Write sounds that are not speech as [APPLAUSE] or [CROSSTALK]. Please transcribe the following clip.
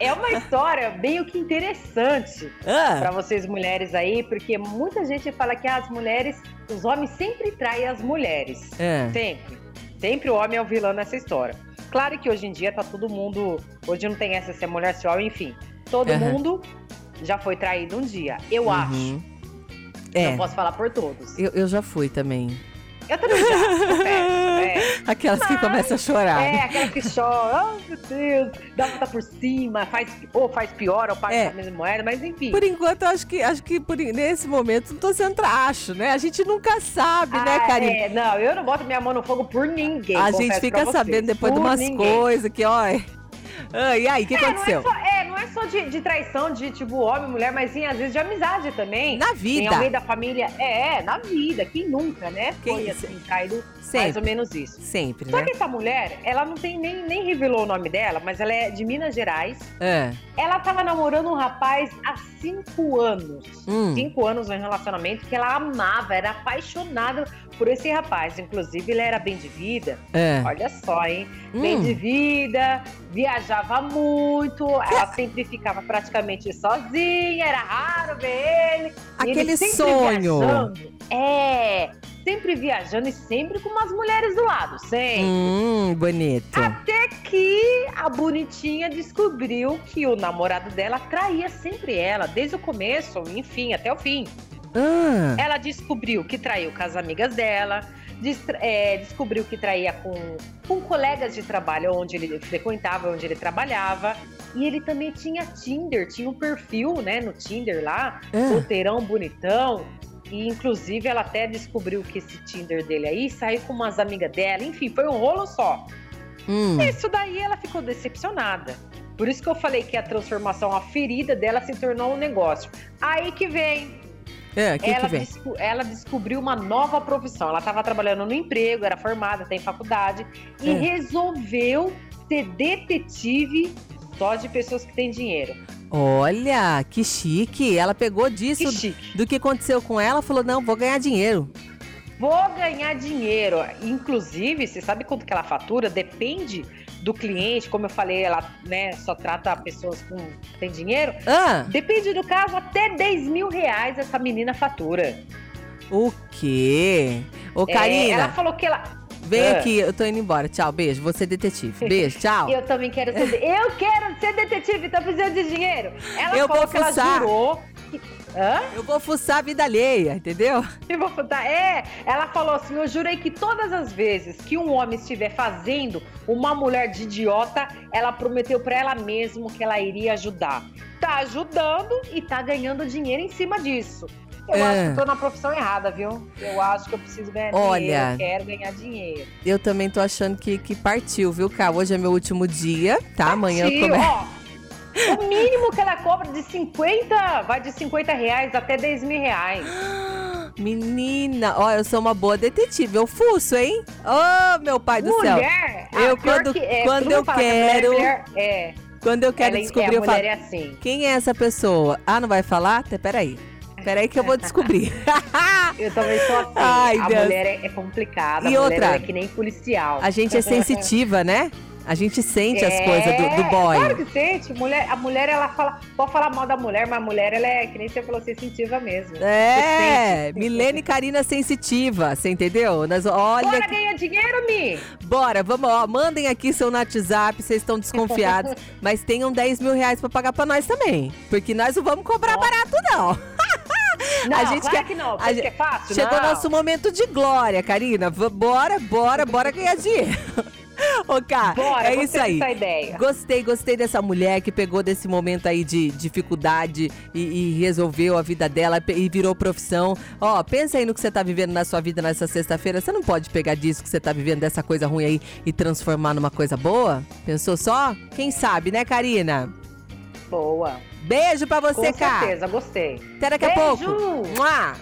é uma história meio que interessante Ah. para vocês mulheres aí, porque muita gente fala que ah, as mulheres, os homens sempre traem as mulheres. É. Sempre. Sempre o homem é o vilão nessa história. Claro que hoje em dia tá todo mundo. Hoje não tem essa se é mulher, se é homem, enfim. Todo Aham. mundo já foi traído um dia. Eu acho. Uhum. É, Não posso falar por todos. eu, eu já fui também. Eu também já, confesso. Aquelas que começam a chorar. É, é aquela que chora. Oh, meu Deus. Dá volta por cima, faz, ou faz pior, ou paga É. a mesma moeda, mas enfim. Por enquanto, eu acho que, acho que por, en- nesse momento não tô sendo tra- acho, né? A gente nunca sabe, né, Ah, Karine? é, não, eu não boto minha mão no fogo por ninguém. a confesso gente fica pra vocês. sabendo depois de Por umas ninguém. coisas que, ó. é- Ah, e aí, o que É, não é, aconteceu? só, é, não é só de, de traição de tipo homem, mulher, mas sim às vezes de amizade também. Na assim. Tem vida. alguém da família. É, é, na vida. Quem nunca, né? Quem- Foi assim, caído mais ou Sempre. menos isso. Sempre, Só né? que essa mulher, ela não tem nem, nem revelou o nome dela, mas ela é de Minas Gerais. É. Ela tava namorando um rapaz há cinco anos. Hum. Cinco anos em relacionamento que ela amava, era apaixonada por esse rapaz. Inclusive, ele era bem de vida. é. Olha só, hein? Bem Hum. de vida, viajava muito, ela sempre ficava praticamente sozinha, era raro ver ele. E Aquele ele sempre sonho. viajando. É, sempre viajando e sempre com umas mulheres do lado, sempre. Hum, bonito. Até que a bonitinha descobriu que o namorado dela traía sempre ela, desde o começo, enfim, até o fim. Ah, Ela descobriu que traiu com as amigas dela, destra- é, descobriu que traía com, com colegas de trabalho onde ele frequentava, onde ele trabalhava. E ele também tinha Tinder, tinha um perfil, né, no Tinder lá, ah, solteirão, bonitão. E inclusive ela até descobriu que esse Tinder dele aí saiu com umas amigas dela, enfim, foi um rolo só. hum. Isso daí ela ficou decepcionada. Por isso que eu falei que a transformação, a ferida dela se tornou um negócio. Aí que vem É, o que, ela, que vem? desco- ela descobriu uma nova profissão. Ela estava trabalhando no emprego, era formada, tem faculdade, e É. resolveu ser detetive só de pessoas que têm dinheiro. Olha, que chique. Ela pegou disso Que chique. do que aconteceu com ela, falou: não, vou ganhar dinheiro. Vou ganhar dinheiro. Inclusive, você sabe quanto que ela fatura? Depende do cliente. Como eu falei, ela né, só trata pessoas com tem dinheiro. Ah, Depende do caso, até 10 mil reais essa menina fatura. o quê? Ô, É, Karina, ela falou que ela. vem Ah. aqui, eu tô indo embora. Tchau, beijo. Você é detetive. Beijo, tchau. [LAUGHS] Eu também quero ser. de- Eu quero ser detetive, tá precisando de dinheiro. Ela Eu falou vou que ela fuçar. jurou. que- Hã? Eu vou fuçar a vida alheia, entendeu? Eu vou fuçar. É, ela falou assim: eu jurei que todas as vezes que um homem estiver fazendo uma mulher de idiota, ela prometeu pra ela mesma que ela iria ajudar. Tá ajudando e tá ganhando dinheiro em cima disso. Eu É. acho que eu tô na profissão errada, viu? Eu acho que eu preciso ganhar Olha. dinheiro. Eu quero ganhar dinheiro. Eu também tô achando que, que partiu, viu, Cá? Hoje é meu último dia, tá? Amanhã eu Tio, começo. ó, o mínimo que ela cobra de 50, vai de 50 reais até 10 mil reais. Menina, ó, eu sou uma boa detetive. Eu fuço, hein? Ô, meu pai do céu. mulher, ah, Eu, pior quando- que- é, todo quando mundo eu fala que a mulher é quero- mulher- é, Quando eu quero ela, descobrir, é, a eu falo. mulher é assim. Quem é essa pessoa? Ah, não vai falar? Até peraí. Peraí que eu vou descobrir. [LAUGHS] Eu também sou assim. Ai, a Deus. mulher é, é complicada, E a mulher outra? é que nem policial. a gente é sensitiva, né? A gente sente as É, coisas do, do boy. Claro que sente. Mulher, a mulher, ela fala. Pode falar mal da mulher, mas a mulher, ela é que nem você falou, sensitiva mesmo. É, sente. Milene e Karina sensitiva, você entendeu? Nós, olha Bora ganhar dinheiro, Mi! Bora, vamos, ó, mandem aqui seu no WhatsApp, vocês [LAUGHS] estão desconfiados, mas tenham 10 mil reais pra pagar pra nós também. Porque nós não vamos cobrar Ó. barato, não. Não, A gente claro quer- que não. a Pensa gente- que é fácil? Chegou não. nosso momento de glória, Karina. V- bora, bora, bora ganhar dinheiro. [LAUGHS] Ô, Cá, Bora, é gostei isso aí. dessa ideia. Gostei, gostei dessa mulher que pegou desse momento aí de dificuldade e, e resolveu a vida dela pe- e virou profissão. Ó, pensa aí no que você tá vivendo na sua vida nessa sexta-feira. Você não pode pegar disso que você tá vivendo, dessa coisa ruim aí, e transformar numa coisa boa? Pensou só? Quem sabe, né, Karina? Boa. Beijo pra Com você, cara. certeza, gostei. Até daqui a Beijo! pouco. Mua!